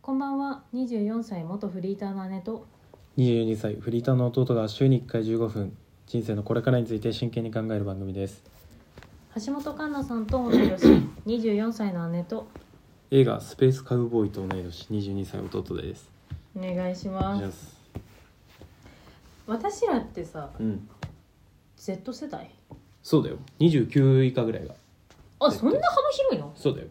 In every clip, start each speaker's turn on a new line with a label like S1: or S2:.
S1: こんばんは24歳元フリーターの姉と
S2: 22歳フリーターの弟が週に1回15分人生のこれからについて真剣に考える番組です
S1: 橋本環奈さんと同い 年24歳の姉と
S2: 映画「スペースカウボーイ」と同い年22歳弟です
S1: お願いしま
S2: じゃあ
S1: す私らってさ
S2: うん、
S1: Z 世代
S2: そうだよ29以下ぐらいが
S1: あそんな幅広いの
S2: そうだよ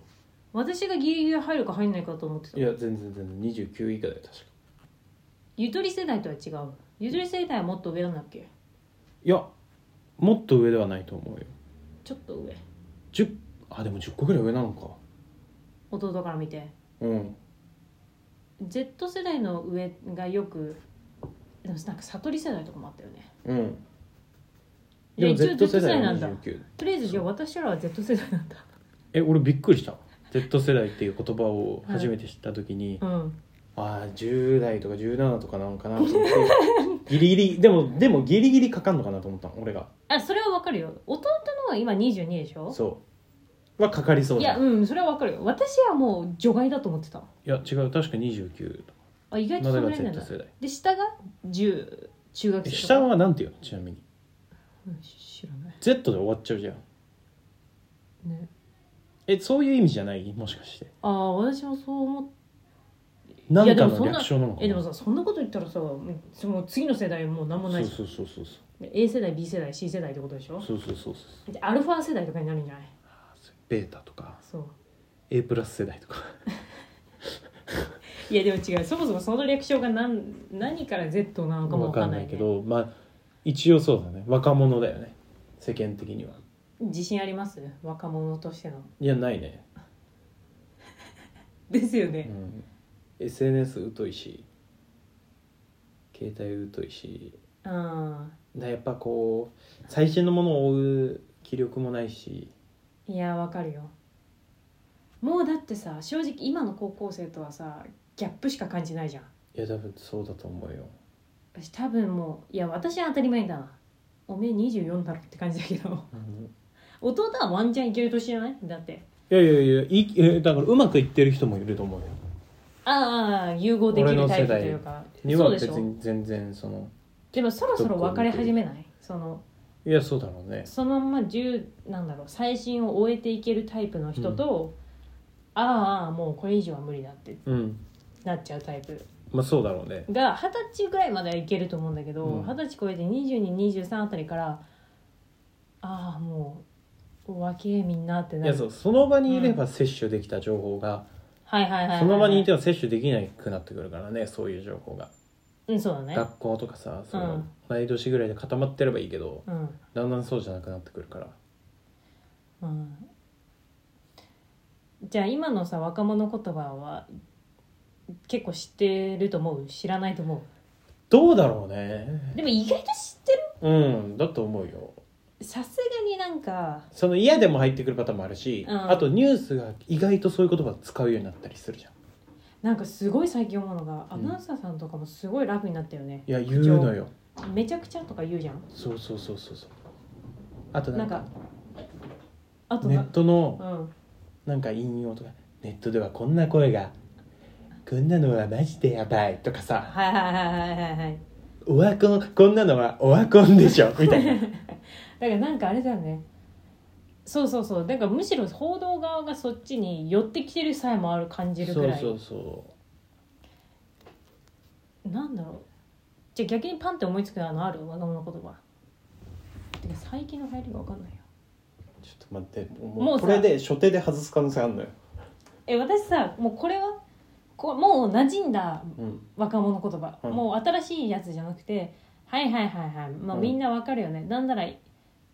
S1: 私がギリギリ入るか入んないかと思ってた
S2: いや全然全然29以下だよ確か
S1: ゆとり世代とは違うゆとり世代はもっと上なんだっけ
S2: いやもっと上ではないと思うよ
S1: ちょっと上
S2: 10あでも10個ぐらい上なのか
S1: 弟から見て
S2: うん
S1: Z 世代の上がよくでもなんか悟り世代とかもあったよね
S2: うん
S1: いや
S2: でも
S1: 一応
S2: Z 世
S1: Z 世代
S2: 代
S1: な
S2: は
S1: んだ
S2: 29
S1: とりあえずじゃあ私らは Z 世代なんだ
S2: え俺びっくりした Z 世代っていう言葉を初めて知った時に、
S1: うん
S2: ああ10代とか17とかなのかなと思っ てギリギリでもでもギリギリかかんのかなと思ったの俺が
S1: あそれはわかるよ弟のは今22でしょ
S2: そうはかかりそう
S1: い
S2: じ
S1: や
S2: ゃん
S1: うんそれはわかるよ私はもう除外だと思ってた
S2: いや違う確か29とか
S1: あ意外
S2: ま
S1: と
S2: あ
S1: そ
S2: だ
S1: れぐ
S2: から
S1: らいなん
S2: Z
S1: だ
S2: 世代
S1: で下が10中学
S2: え
S1: 生とか
S2: 下はなんていうのちなみに
S1: うん知らない
S2: Z で終わっちゃうじゃん
S1: ね
S2: えそういう意味じゃないもしかして
S1: ああ私もそう思っ
S2: ない
S1: や
S2: ん
S1: で
S2: か
S1: も
S2: の略称なのかな
S1: えでもさそんなこと言ったらさその次の世代もう何もないじゃん
S2: そうそうそうそうそう
S1: A 世代 B 世代 C 世代ってことでしょ
S2: そうそうそうそう
S1: でアルファ世代とかになるんじゃない
S2: ベータとか
S1: そう
S2: A プラス世代とか
S1: いやでも違うそもそもその略称が何何から Z なのかも
S2: わ
S1: 分
S2: か
S1: かん
S2: ん
S1: な,、
S2: ないい
S1: ね、
S2: けどまあ一応そうだね若者だよね世間的には
S1: 自信あります若者としての
S2: いやないね
S1: ですよ
S2: う
S1: ね、
S2: ん SNS 疎いし携帯疎いし
S1: うん
S2: だやっぱこう最新のものを追う気力もないし
S1: いや分かるよもうだってさ正直今の高校生とはさギャップしか感じないじゃん
S2: いや多分そうだと思うよ
S1: 私多分もういや私は当たり前だなおめえ24だろって感じだけど 弟はワンチャンいける年じゃないだって
S2: いやいやいやいえだからうまくいってる人もいると思うよ
S1: ああ融合できるタイプというか
S2: に
S1: そ
S2: は
S1: うでし
S2: 別
S1: ょ
S2: に全然その
S1: でもそろそろ別れ始めないその
S2: いやそうだろうね
S1: そのまんま10なんだろう最新を終えていけるタイプの人と、ああもうこれ以上は無理だって
S2: うん
S1: なっちゃうタイプ
S2: まあそうだろうね
S1: が二十歳ぐらいまではいけると思うんだけど
S2: うん
S1: 二十、歳超えて2223あたりからああもう分けみんなって
S2: い
S1: な
S2: や
S1: る
S2: そうその場にいれば摂取できた情報が、
S1: はいはいはいはい、
S2: その場にいて
S1: は、
S2: は摂取できなくなってくるからねそういう情報が
S1: うん、そうだね
S2: 学校とかさその、
S1: うん
S2: 同い年ぐらいで固まってればいいけど
S1: うん、
S2: だんだんそうじゃなくなってくるから
S1: うん、じゃあ今のさ若者言葉は結構知ってると思う知らないと思う
S2: どうだろうね
S1: でも意外と知ってる
S2: うんだと思うよ
S1: さすがになんか
S2: その嫌でも入ってくるパターンもあるし、
S1: うん
S2: あとニュースが意外とそういう言葉使うようになったりするじゃん
S1: なんかすごい最近思うのがア
S2: うん
S1: ナウンサーさんとかもすごいラフになったよね
S2: いや言うのよ
S1: めちゃくちゃとか言うじゃん
S2: そうそうそうそうそうあとな
S1: なん
S2: んか
S1: かあと
S2: ネ
S1: な
S2: ットの
S1: うん
S2: なんか引用とかネットではこんな声がこんなのはマジでやばいとかさ
S1: はいはいはいはいはいはい
S2: オワコンこんなのはオワコン でしょみたいな
S1: だからなんかあれだよねそうそうそうだからむしろ報道側がそっちに寄ってきてるさえもある感じる
S2: そ
S1: ぐ
S2: う
S1: らい
S2: そうそ
S1: なんだろうじゃあ逆にパンって思いつくあのある若者言葉てか最近の流行りが分かんないよ
S2: うちょっと待ってもう
S1: もうさ
S2: これで初手で外す可能性あるのよ、
S1: え私さもうこれはこもう馴染んだ
S2: うん、
S1: 若者言葉、
S2: うん
S1: もう新しいやつじゃなくてはいはいはいはい、まあ、
S2: うん
S1: みんなわかるよね、なんなら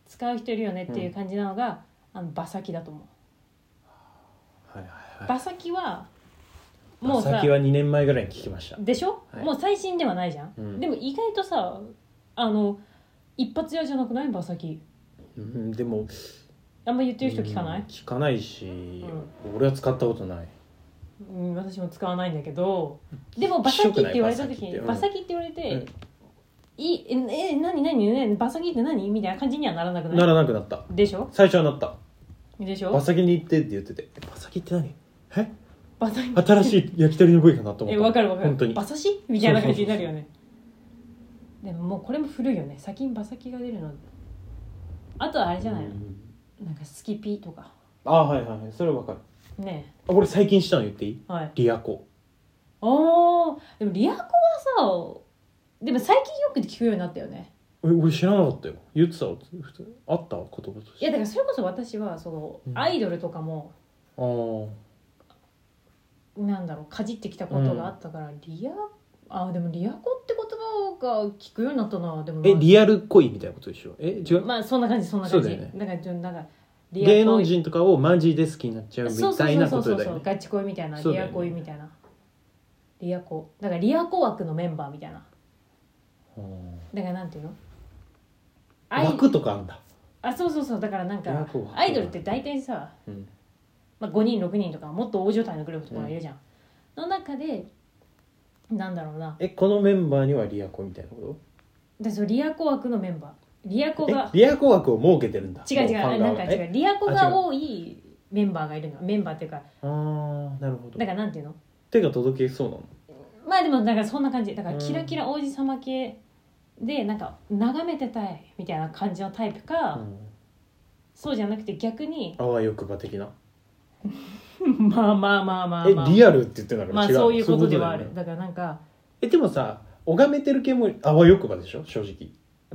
S1: 使う人いるよねっていう感じなのが、あの馬先だと思う
S2: はいはいはい
S1: 馬先はも
S2: も
S1: う
S2: う
S1: さ
S2: 先は2年前ぐらいに聞きました
S1: でしょ、
S2: はい
S1: もう最新ではないじゃん、
S2: うん
S1: でも意外とさあの一発屋じゃなくない馬先
S2: うんでも
S1: あんま言ってる人聞かない
S2: うん、聞かないし、俺は使ったことない
S1: うん、私も使わないんだけどでも
S2: き
S1: 馬先って言われた
S2: きし
S1: 時
S2: ょく
S1: に
S2: ない
S1: 馬先って言われて、
S2: うん
S1: いいええ何何ね馬先って何みたいな感じにはならなくない
S2: ならなくなった
S1: でしょ
S2: 最初はなった
S1: でし
S2: 「馬
S1: ょ
S2: 先に行って」って言ってて「え馬先って何え
S1: バサシ
S2: 新しい焼き鳥の部位かなと思っ
S1: え
S2: た
S1: わかるわかる
S2: 本当に
S1: 馬刺しみたいな感じになるよねでももうこれも古いよね先に馬先が出るのあとはあれじゃないの、
S2: うん
S1: なんかスキピとか
S2: ああはいはいはいそれはわかる
S1: ね
S2: あ俺最近したの言っていい
S1: えはい
S2: リアコ
S1: おーでもリアコはさでも最近よく聞くようになったよね
S2: え俺知らなかったよ言ってた普通あった言葉とし
S1: い
S2: て
S1: やだからそれこそ私はその、
S2: うん
S1: アイドルとかも
S2: あー
S1: なんだろうかじってきたことがあったから、リアあでもリアコって言葉が聞くようになったなでもまあ
S2: えリアル恋みたいなことでしょえ違う、
S1: まあそんな感じそんな感じ
S2: そうだよね
S1: なんかちょなんかリアコ
S2: 芸能人とかをマジで好きになっちゃうみ
S1: そうそう
S2: たい
S1: そう
S2: な
S1: そ
S2: こ
S1: うそ
S2: と
S1: う
S2: だ
S1: そ
S2: よ
S1: う
S2: ね
S1: ガチ恋みたいな
S2: そう
S1: リ
S2: だよ
S1: ア
S2: ね
S1: 恋みたいなリアコだからリアコ枠のメンバーみたいなだからなんていうの
S2: あ
S1: ア
S2: ー
S1: イ
S2: 枠とかあんだ
S1: あそうそうそうだからなん
S2: リア
S1: か
S2: コ枠
S1: アイドルって大体さ、
S2: うん
S1: まあ、5人6人とかもっと大所帯のグループとかいるじゃん、の中でなんだろうな
S2: えこのメンバーにはリアコみたいなこ
S1: でそうリアコ枠のメンバーリアコ
S2: とえ
S1: が
S2: リアコ枠を設けてるんだ
S1: 違う違う
S2: ファ
S1: あ
S2: ン側
S1: なん
S2: が
S1: か
S2: え
S1: 違うリアコ
S2: あ違
S1: が
S2: う
S1: 多いメンバーがいるのメンバーっていうか
S2: ああなるほど
S1: だからなんていうの
S2: 手が届けそうなの
S1: まあでもなんかそんな感じだから
S2: うん
S1: キラキラ王子様系でなんか眺めてたいみたいな感じのタイプか、
S2: うん
S1: そうじゃなくて逆に
S2: あわよくば的な
S1: まあまあまあまあ
S2: え
S1: まあ
S2: リアルって言ってんだから
S1: まあ
S2: 違の
S1: そういうことではあ
S2: そうい
S1: る
S2: うこだ
S1: だ
S2: よね
S1: からなんか
S2: えでもさ拝めてる系もあわよくばでしょ正直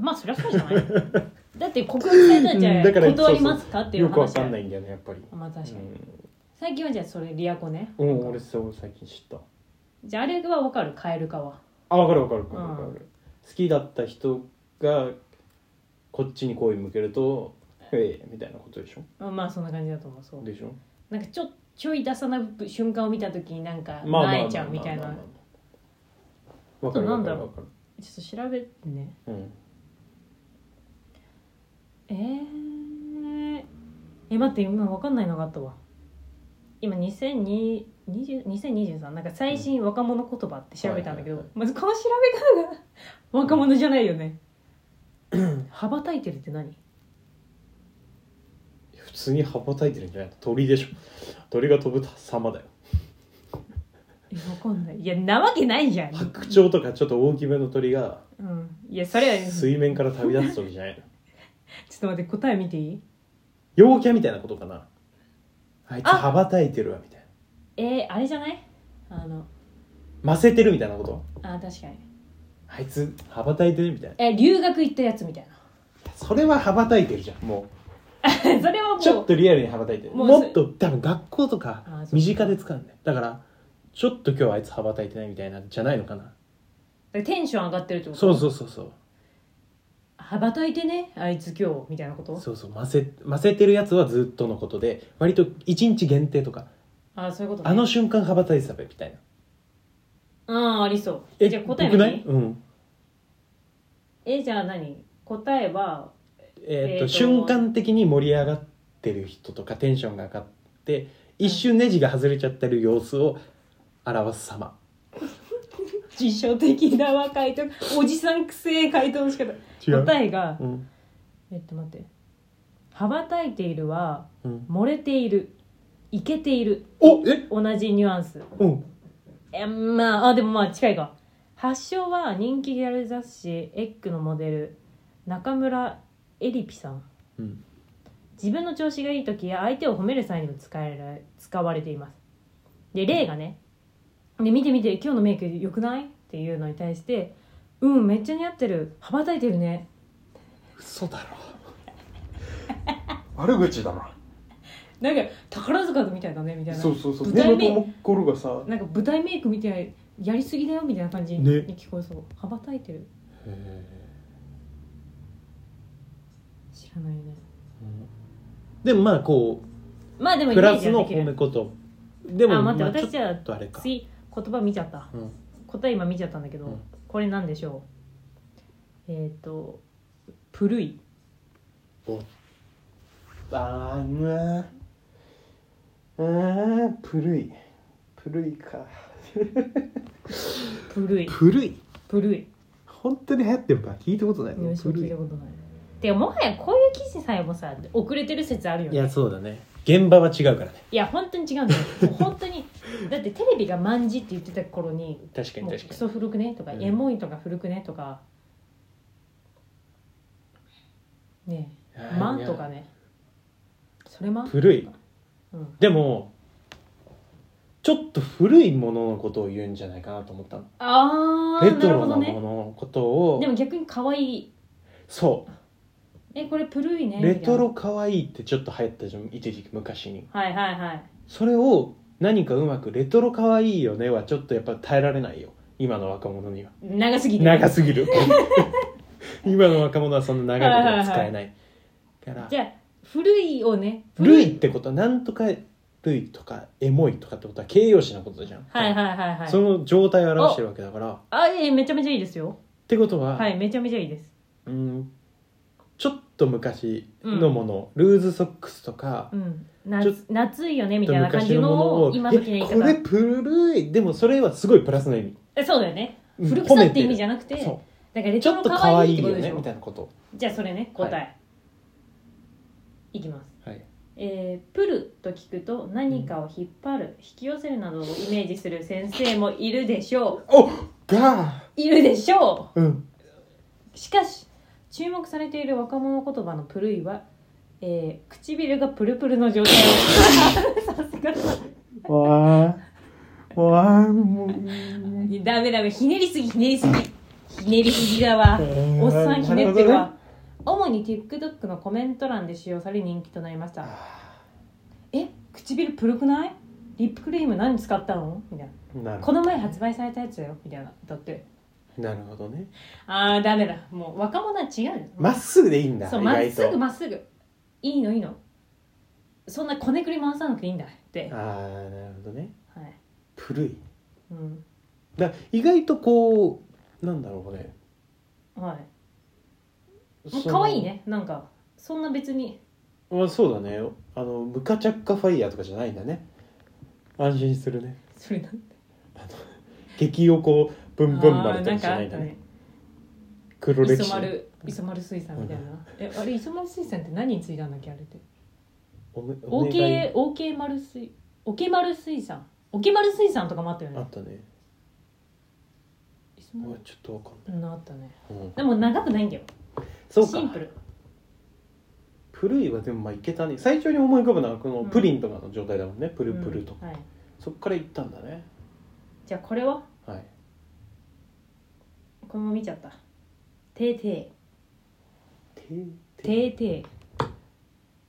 S1: まあそりゃそうじゃない だって告白されたんじゃ
S2: うんだから
S1: 断りますかっていう
S2: よくわ
S1: 話だ
S2: か
S1: よ
S2: んないんだよねやっぱり
S1: まあ確かに、最近はじゃあそれリアコね
S2: うん、うん、俺そう最近知った
S1: じゃああれはわかるカエルかは
S2: あわかるわかるわかるわかる、好きだった人がこっちに声向けるとええみたいなことでしょ
S1: うんまあそんな感じだと思うそう
S2: でしょ
S1: なんかちょちょい出さない瞬間を見た時になんか
S2: まあま
S1: な
S2: あまあ
S1: えちゃうみたいな
S2: まあ
S1: ちょ
S2: まあまあわかる
S1: あとな
S2: わ
S1: ん
S2: か
S1: だ
S2: る
S1: ろう
S2: わかる
S1: っと調べてね
S2: うん
S1: えー、え待って今わかんないのがあったわ今2020 2023なんか最新若者言葉って調べたんだけど、
S2: はいはいは
S1: ま
S2: い
S1: ずこの調べ方が若者じゃないよ ね羽ばたいてるって何
S2: 普通に羽ばたいてるんじゃない鳥でしょ鳥が飛ぶ様だよ
S1: えわかんないいやなわけないじゃん、
S2: 白鳥とかちょっと大きめの鳥が
S1: うん、いやそれはちょっ
S2: 水面から旅立つ時じゃないの
S1: と待って答え見ていい
S2: 陽キャみたいなことかなあいつ
S1: あ
S2: 羽ばたいてるわみたいな
S1: えー、あれじゃないあの
S2: ませてるみたいなこと
S1: あ確かに
S2: あいつ羽ばたいてるみたいな
S1: え留学行ったやつみたい な
S2: それは羽ばたいてるじゃんも
S1: それはもう
S2: うちょっとリアルに羽ばたいてる
S1: もうそれ
S2: もっと多分学校とか
S1: あそう
S2: 身近で使うんだよだからちょっと今日はあいつ羽ばたいてないみたいなんじゃないのかな
S1: テンション上がってるってこと
S2: そうそうそうそう
S1: 羽ばたいてねあいつ今日みたいなこと
S2: そうそうませませてるやつはずっとのことで割と一日限定とか
S1: あそういうこと、ね、
S2: あの瞬間羽ばたいてたべみたいな
S1: うんありそうえじゃあ答え見
S2: な
S1: てい
S2: い
S1: い
S2: うん
S1: えじゃあ何答えは
S2: えーっ
S1: えー
S2: と
S1: と
S2: 瞬間的に盛り上がってる人とかテンションが上がって一瞬ネジが外れちゃってる様子を表す様
S1: 辞書的な若 いとおじさんくせえ回答の仕方答えが
S2: うん
S1: えっと待って羽ばたいているは
S2: うん、
S1: 漏れているいけている
S2: おえ
S1: 同じニュアンス
S2: うん
S1: えまああでもまあ近いか発祥は人気ギャル雑誌「エッグのモデル中村エリピさん
S2: うん
S1: 自分の調子がいい時や相手を褒める際にも使えら使われていますで例がねで見て見て今日のメイク良くないっていうのに対してうんめっちゃ似合ってる羽ばたいてるね
S2: 嘘だろ 悪口だな
S1: なんか宝塚みたいだねみたいな
S2: そうそうそう
S1: 舞台
S2: 根
S1: 目
S2: 元もころがさ
S1: なんか舞台メイクみたいやりすぎだよみたいな感じに
S2: ね
S1: 聞こえそう、羽ばたいてる知らないね
S2: でもまあこ
S1: まあでも
S2: う
S1: イメ
S2: プ
S1: ー
S2: ラ
S1: ジ
S2: ス
S1: はで
S2: の
S1: き
S2: 褒め
S1: る
S2: 言でも
S1: あ待って
S2: まあ
S1: 私じゃあ
S2: ちょっとあれか、
S1: 次言葉見ちゃった
S2: うん
S1: 答え今見ちゃったんだけど、
S2: うん
S1: これなんでしょうえっ、とプルイ
S2: あーうわーあープルイプルイか
S1: プルイ
S2: プルイ
S1: プルイ
S2: 本当に流行ってるか聞いたことない
S1: よし
S2: プル
S1: 聞い
S2: イ
S1: たことないてかもはやこういう記事さえもさ遅れてる説あるよ
S2: い
S1: ね
S2: やそうだね現場は違うからね
S1: いや本当に違うんだよもう本当にだってテレビが「万字」って言ってた頃に
S2: 確か
S1: も
S2: に
S1: う
S2: 確
S1: ク
S2: か
S1: ソ古くねとか、
S2: うん
S1: エモいとか古くねとかね
S2: に
S1: え「マン」とかねそれマン
S2: 古い、
S1: うん、
S2: でもちょっと古いもののことを言うんじゃないかなと思ったの
S1: ああ
S2: レ
S1: な
S2: ト
S1: る
S2: ロ
S1: ほ
S2: な
S1: ど
S2: も
S1: ね
S2: ののことを、
S1: でも逆に可愛い
S2: そ
S1: えこれ古いね
S2: うレトロ可愛いってちょっと流行ったじゃん一時期昔に
S1: みたいなはいはいはい
S2: それを何かうまくレトロ可愛いよねはちょっとやっぱ耐えられないよ今の若者には
S1: 長すぎて
S2: 長す ぎる 今の若者はそんな長いことは使えないから
S1: じゃあ古いをね古
S2: 類ってことはなんとか類とかエモいとかってことは形容詞のことじゃん、
S1: はいはいはいはい
S2: その状態を表してるわけだからっ
S1: あえーめちゃめちゃいいですよ
S2: てことは、
S1: はいめちゃめちゃいいです
S2: うんちょっと昔のもの、ルーズソックスとか、
S1: うん
S2: ちょっ
S1: 夏夏いよねみ
S2: ちょ
S1: たい
S2: っ
S1: な
S2: と
S1: 感
S2: 昔
S1: じ
S2: のもの
S1: の
S2: を
S1: 今時の言い
S2: え
S1: 方
S2: これ古いでもそれはすごいプラスの意味
S1: えそうだよね
S2: うん
S1: 古臭
S2: 褒め
S1: って意味じ
S2: ゃ
S1: ゃなくて
S2: そ
S1: だからレ
S2: うち
S1: ト
S2: ょっ
S1: ロ
S2: と
S1: 可
S2: 可
S1: 愛い
S2: 愛
S1: って
S2: い
S1: こ
S2: よ
S1: とでし
S2: ねみ
S1: ょ
S2: たいなこと
S1: じゃあそれね答え、、
S2: はい
S1: きます
S2: はい
S1: えープルと聞くと何かを引っ張る、引き寄せるなどをイメージする先生もいるでしょ
S2: お
S1: う
S2: が
S1: いるでしょう
S2: うん
S1: しかし注目されている若者言葉のプルイは、えー唇がプルプルの状態 をさすが
S2: わあわあもう
S1: ダメダメひねりすぎひねりすぎひねりすぎだわおっさんひねってるわ主に TikTok のコメント欄で使用され人気となりましたえ唇プルくないリップクリーム何使ったのみたいな
S2: なるほ
S1: この前発売されたやつだよみたいなだって
S2: どなるほどね
S1: あーダメだもう若者は違うよ
S2: まっすぐでいいんだ
S1: そう
S2: 意
S1: まっ
S2: 外
S1: すぐ
S2: と
S1: まっすぐいいのいいのそんなこねくり回さなくていいんだって
S2: あ
S1: は
S2: あなるほどね
S1: い、
S2: 古い
S1: うん
S2: だ意外とこうなんだろうね
S1: はい、もう
S2: その
S1: 可愛いねなんかそんな別に
S2: あそうだねあのムカチャッカファイヤーとかじゃないんだね安心するね
S1: それなんて
S2: 激横ブ
S1: ブ
S2: ンブン丸とかじゃないんだね黒歴
S1: 磯
S2: 史
S1: 丸磯丸水産みたいなえあれ磯丸水産って何についたんだっけあれって
S2: おめお願い
S1: OK, OK 丸水 OK 丸水産 OK 丸水産とかもあったよ
S2: あ
S1: ね
S2: ったね
S1: 磯
S2: うわ
S1: 丸
S2: ちょっとわかん
S1: うんあったね
S2: ない、うん
S1: でも長くないんだよ
S2: そう
S1: シン
S2: か
S1: プル
S2: 古いはでもまあいけたね最初に思い浮かぶのはこ
S1: う
S2: の
S1: ん
S2: プリンとかの状態だもんね、プルプルとか、
S1: うんはい、
S2: そっからいったんだね
S1: じゃあこれは
S2: はい
S1: このまま見ちゃったてーて
S2: て
S1: ーてーて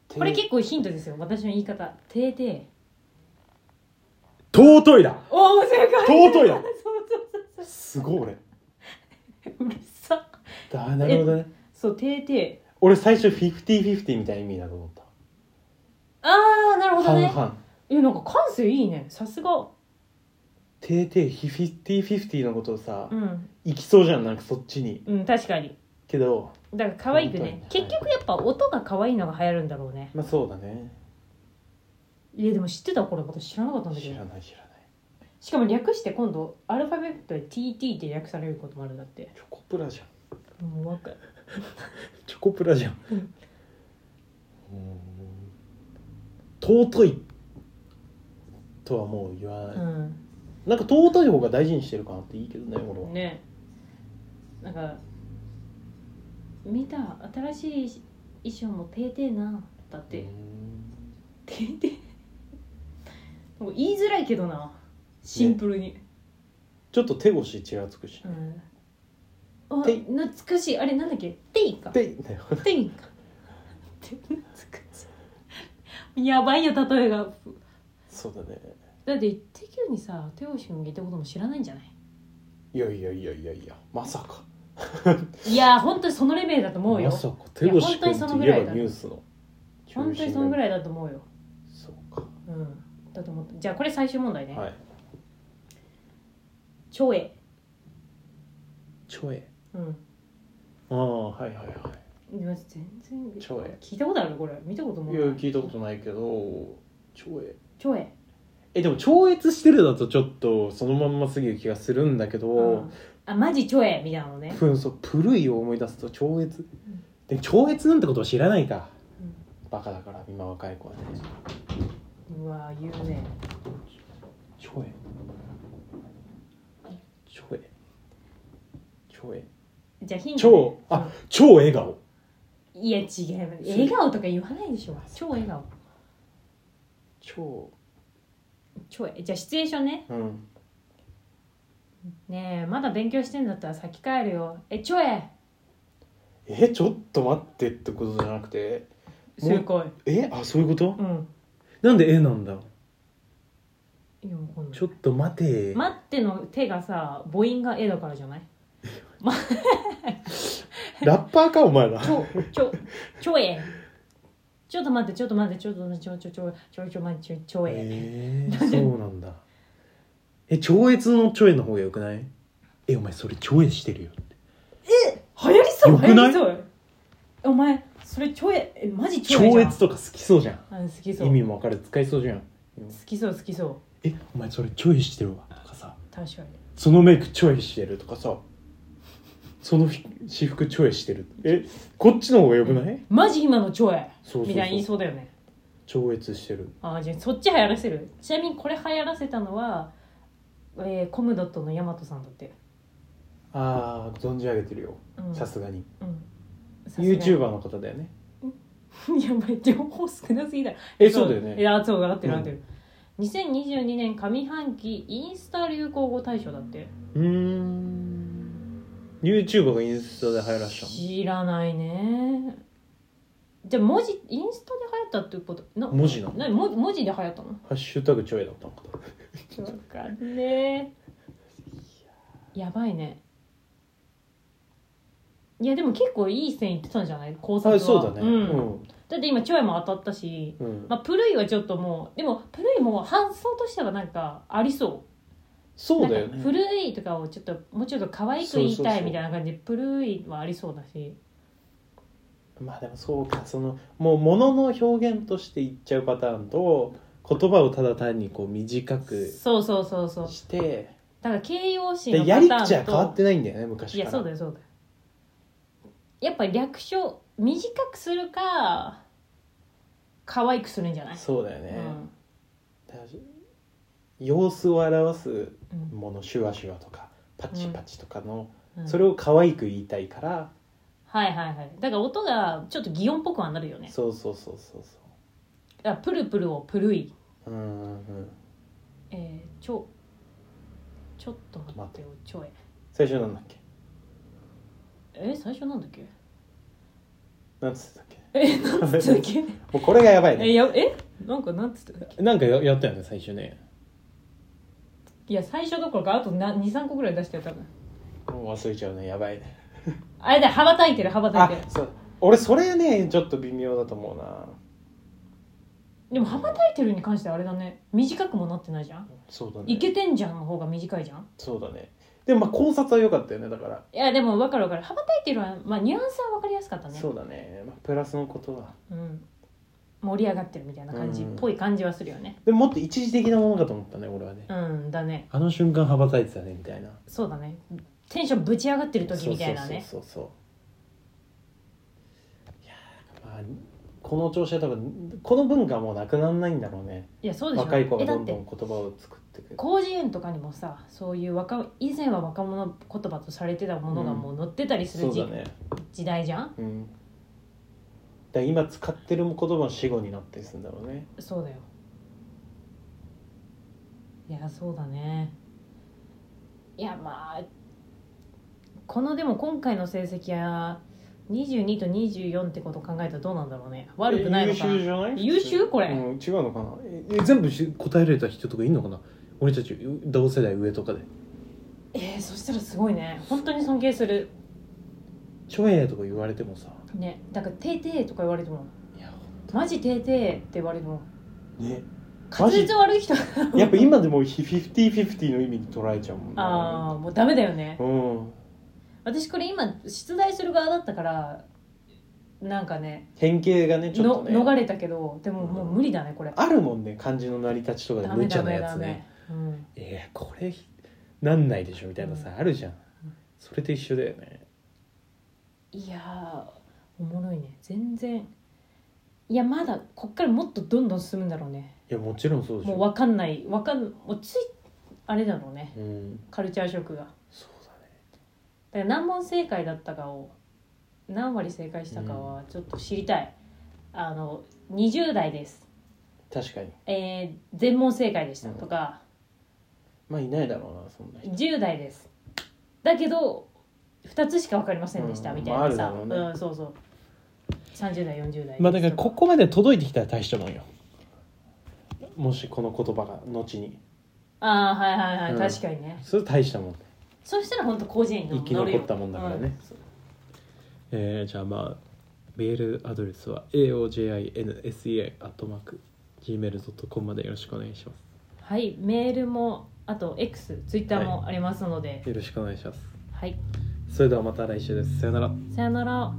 S1: ーこれ結構ヒントですよ私の言い方てーてー
S2: 尊いだ
S1: おお正解
S2: 尊い だ
S1: そうそうそう
S2: すごい
S1: そ
S2: 俺
S1: ううるさ
S2: だなるほどね
S1: そうてーてー
S2: 俺最初50-50みたいな意味だと思った
S1: ああなるほど
S2: 半
S1: ね
S2: 々
S1: えなんか感性いいねさすが
S2: てーてーひ50-50のことをさ、
S1: うん
S2: 行きそうじゃんなんかそっちに
S1: うん確かに
S2: けど
S1: だから可愛くね
S2: 本当に
S1: 結局やっぱ音が可愛いのが流行るんだろうね
S2: まあそうだね
S1: いやでも知ってたこれ私知らなかったんだけ
S2: 知ら
S1: ど
S2: ない知らない
S1: しかも略して今度アルファベットで TT って略されることもあるんだって
S2: チョコプラじゃん
S1: もう若い
S2: チョコプラじゃん
S1: うん
S2: うん尊いとはもう言わない、
S1: うん
S2: なんか尊い方が大事にしてるかなっていいけどね俺は、
S1: ねなんか見た新しい衣装もてーてーなだっ
S2: う
S1: て
S2: ん
S1: てーてーなんか言いづらいけどなシンプルに、
S2: ちょっと手越しちらつくし
S1: う
S2: ね
S1: んあ
S2: てい
S1: 懐かしいあれなんだっけていか
S2: でいいんだよ
S1: ていかて懐かしいやばいよ例えが
S2: そうだね
S1: だって「てきゅう」にさ手をしむげたことも知らないんじゃない
S2: いやいやいやいやいやまさか
S1: いや本当にそのレベルだと思うよ
S2: まさか手越し
S1: いや本当にその
S2: 君と
S1: ぐ
S2: いえ
S1: らい
S2: ば
S1: だ
S2: ニュースの
S1: 本当にそのぐ
S2: い
S1: らいだと思うよ
S2: そうか
S1: うんだと思ったじゃあこれ最終問題ね、
S2: はい
S1: 超え
S2: ちょえ
S1: うん
S2: ああはいはいはい
S1: でも全然
S2: ちょえ
S1: 聞いたことあるこれ見たことも
S2: いや聞いたことないけど超え
S1: 超え
S2: えでも超越してるだとちょっとそのまんますぎる気がするんだけ
S1: う
S2: ど
S1: ん、あマジ超えみたいなのね
S2: ふんそうプルイを思い出すと超越、で超越なんてことを知らないか、バカだから今若い子はね
S1: うわ言うね
S2: ちょえちょえちょえ
S1: じゃあヒントね、
S2: 超あ超笑顔
S1: いや違う笑顔とか言わないでしょ超笑顔
S2: 超
S1: 超えじゃあシチュエーションね
S2: うん
S1: ねえまだ勉強してんだったら先帰るよえ超え
S2: えちょっと待ってってことじゃなくて
S1: 正解
S2: えあそういうこと
S1: うん
S2: なんでえなんだ
S1: いやわかんない
S2: ちょっと待て
S1: 待っての手がさ母音がえだからじゃない
S2: ラッパーかお前ら
S1: ちょ、ちょ、ちょえ。ちょっと待って、ちょっと待って、ちょっと待って、ちょ、ちょ、ちょ、ちょ、ちょ、待って、ちょ、ちょえ。
S2: えー、そうなんだえ超越の超越の方がよくないえお前それ超越してるよ
S1: 流行りそう、
S2: よ
S1: 流
S2: く
S1: 行
S2: ない
S1: りそう。お前、それちょえ、え、マジちょえじ
S2: 超
S1: ゃん。
S2: 越とか好きそうじゃん
S1: あ好きそう。
S2: 意味もわかる使いそうじゃん
S1: 好きそう、好きそう。
S2: えお前それ超越してるわとかさ
S1: 確かに。
S2: そのメイク超越してるとかさそのひ私服超越してるえこっちの方がよくない
S1: マジ今のちょえ。
S2: そうそうそう
S1: みたいな言いそうだよね。
S2: 超越してる
S1: あじゃあそっち流行らせる。ちなみにこれ流行らせたのは、えー、コムドットのヤマトさんだって。
S2: ああ存じ上げてるよ
S1: うん
S2: さすがに
S1: うん。さすがに
S2: YouTuber の方だよね
S1: やばい情報少なすぎだ
S2: えそうだよね
S1: いやそう合ってる合ってる、2022年上半期インスタ流行語大賞だって
S2: うーん YouTuber がインスタで流行らした
S1: 知らないねじゃあ文字インスタで流行ったってことな
S2: の文字なの
S1: な文文字で流行ったの
S2: ハッシュタグちょいだったのか
S1: わかんねえやばいねいやでも結構いい線いってたんじゃない考察は
S2: あそうだね
S1: んだって今チョエも当たったし
S2: うん、うん
S1: まあ、プルイはちょっともうでもプルイも発想としてはなんかありそ
S2: そううだよ
S1: なん
S2: ね
S1: か古いとかをちょっともうちょっと可愛く言い
S2: そう
S1: た
S2: そう
S1: い
S2: そう
S1: みたいな感じでプルイはありそうだし
S2: まあでもそうかそのもう物の表現として言っちゃうパターンと言葉をただ単にこう短く
S1: そうそうそうそう
S2: して
S1: だから形容詞の
S2: でやり
S1: パタ
S2: 口
S1: ー
S2: は
S1: ン
S2: 変わっ
S1: と
S2: てないんだよね昔
S1: い
S2: から
S1: やそうだよそうだよやっぱ略称短くするか可愛くするんじゃない、
S2: そうだよね、
S1: うん
S2: だから様子を表す
S1: うん
S2: ものシュワシュワとかパチパチとかの、
S1: うん
S2: それを可愛く言いたいから、
S1: はいはいはいだから音がちょっと擬音っぽくはなるよね
S2: そうそうそうそうそ
S1: だからプルプルをプルイ
S2: ううんうんうん
S1: えー、ちょちょっと待ってよちょえ
S2: 最初なんだっけ
S1: え最初なんだっけ
S2: なんつってたっけ
S1: えなんつったっ け
S2: もうこれがやばい
S1: え
S2: ね
S1: やえなんかなんつったっけ
S2: なんかややったよね最初ね
S1: いや最初どころかあと23個ぐらい出したよ多分
S2: もう忘れちゃうねやばいね
S1: あれだ羽ばたいてる羽ばたい
S2: あ
S1: てる
S2: そう俺それねちょっと微妙だと思うな
S1: でも羽ばたいてるに関してはあれだね短くもなってないじゃん
S2: そうだ
S1: い
S2: ね
S1: けてんじゃんの方が短いじゃん
S2: そうだねでもまあ考察は良かったよねだから、
S1: いやでも分かる分かる羽ばたいてるはまあニュアンスは分かりやすかったね
S2: そうだね、まあ、プラスのことだ
S1: うん盛り上がってるみたいな感じっぽい感じはするよね
S2: でももっと一時的なものかと思ったね俺はね
S1: うんだね
S2: あの瞬間羽ばたいてたねみたいな
S1: そうだねテンションぶち上がってる時みたいなね
S2: そうそうそうそういやーまあこの調子は多分この文化はもうなくならないんだろうね
S1: いやそうでしょ
S2: 若い子が
S1: えだ
S2: ど
S1: っ
S2: んど
S1: て
S2: ん言葉を作ってくる
S1: 広辞苑とかにもさそういう若以前は若者言葉とされてたものがもう載ってたりする
S2: そう
S1: 時,、
S2: だね
S1: 時代じゃん
S2: うんだから今使ってる言葉の死語になってするんだろうね
S1: そうだよいやそうだねいやまあこのでも今回の成績は22と24ってことを考えたらどうなんだろうね悪くないのか
S2: え優秀
S1: な
S2: じゃない
S1: 優秀これ
S2: うん、違うのかなええ全部し答えられた人とかいるのかな俺たち同世代上とかで
S1: えー、そしたらすごいね本当に尊敬する
S2: 「ちょえ」とか言われてもさ
S1: ねだから「てーてー」とか言われても
S2: いや
S1: 「マジてーてー」って言われても
S2: ね
S1: 滑舌悪い人
S2: やっぱ今でもフィフティフィフティの意味に捉えちゃうもん
S1: ああもうダメだよね
S2: うん
S1: 私これ今出題する側だったからなんかね
S2: 変形がねちょっ
S1: の
S2: とね
S1: 逃れたけどでももう無理だねこれ
S2: あるもんね漢字の成り立ちとかで
S1: ダ
S2: 無
S1: メ
S2: 茶
S1: ダ
S2: な
S1: メ
S2: や
S1: ダ
S2: つね
S1: メ、うん、
S2: えー、これなんないでしょみたいなさ、あるじゃんそれと一緒だよね
S1: いやーおもろいね全然いやまだこっからもっとどんどん進むんだろうね
S2: いやもちろんそうでし
S1: もう
S2: ょ
S1: 分かんない分かんもうついあれだろうね
S2: うん
S1: カルチャーショックがだか
S2: そうだね
S1: ら何問正解だったかを何割正解したかはちょっと知りたい、あの20代です、
S2: 確かに
S1: えー全問正解でしたとか、
S2: まあいないだろうなそんな人
S1: 10代ですだけど2つしか分かりませんでした
S2: うん
S1: みたいなさ、
S2: まああ
S1: う
S2: る
S1: ん
S2: だろうね
S1: そうそう30代40代
S2: まあだからここまで届いてきたら大したもんよもしこの言葉が後に
S1: ああはいはいはい、
S2: うん
S1: 確かにね
S2: それ大したもん
S1: そうしたら本当広辞苑に載るよ
S2: 生き残ったもんだからね
S1: うんそう
S2: えー、じゃあまあメールアドレスは aojinsea.gmail.com までよろしくお願いしま
S1: はいメールもあと X ツイッターもありますので、
S2: すよろしくお願いします
S1: はい、
S2: それではまた来週ですさよなら
S1: さよなら